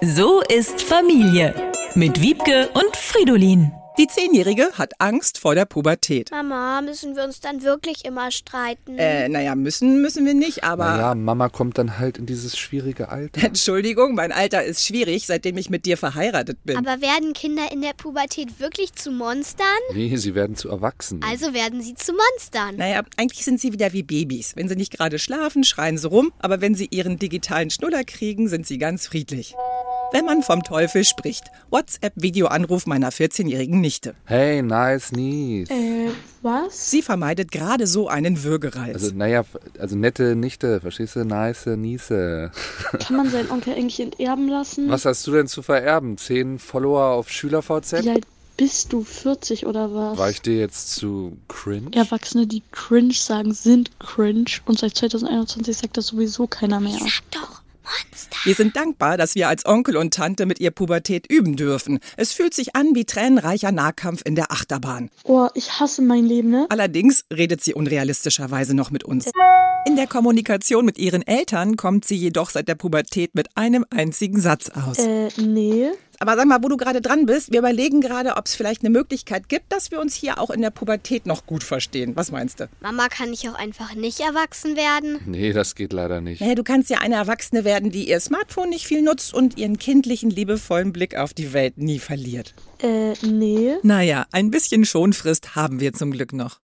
So ist Familie mit Wiebke und Fridolin. Die Zehnjährige hat Angst vor der Pubertät. Mama, müssen wir uns dann wirklich immer streiten? Äh, naja, müssen müssen wir nicht, aber. Naja, Mama kommt dann halt in dieses schwierige Alter. Entschuldigung, mein Alter ist schwierig, seitdem ich mit dir verheiratet bin. Aber werden Kinder in der Pubertät wirklich zu Monstern? Nee, sie werden zu Erwachsenen. Also werden sie zu Monstern. naja, eigentlich sind sie wieder wie Babys. Wenn sie nicht gerade schlafen, schreien sie rum, aber wenn sie ihren digitalen Schnuller kriegen, sind sie ganz friedlich. Wenn man vom Teufel spricht. WhatsApp-Videoanruf meiner 14-jährigen Nichte. Hey, nice, niece. Äh, was? Sie vermeidet gerade so einen Würgereiz. Also, naja, also nette Nichte, verstehst du? Nice, niece. Kann man seinen Onkel eigentlich enterben lassen? Was hast du denn zu vererben? Zehn Follower auf SchülerVZ? Wie alt bist du? 40 oder was? War ich dir jetzt zu cringe? Erwachsene, die cringe sagen, sind cringe. Und seit 2021 sagt das sowieso keiner mehr. Sag doch, Monster. Wir sind dankbar, dass wir als Onkel und Tante mit ihr Pubertät üben dürfen. Es fühlt sich an wie tränenreicher Nahkampf in der Achterbahn. Oh, ich hasse mein Leben, ne? Allerdings redet sie unrealistischerweise noch mit uns. In der Kommunikation mit ihren Eltern kommt sie jedoch seit der Pubertät mit einem einzigen Satz aus. Äh, nee. Aber sag mal, wo du gerade dran bist, wir überlegen gerade, ob es vielleicht eine Möglichkeit gibt, dass wir uns hier auch in der Pubertät noch gut verstehen. Was meinst du? Mama, kann ich auch einfach nicht erwachsen werden? Nee, das geht leider nicht. Naja, du kannst ja eine Erwachsene werden, die ihr Smartphone nicht viel nutzt und ihren kindlichen, liebevollen Blick auf die Welt nie verliert. Äh, nee. Naja, ein bisschen Schonfrist haben wir zum Glück noch.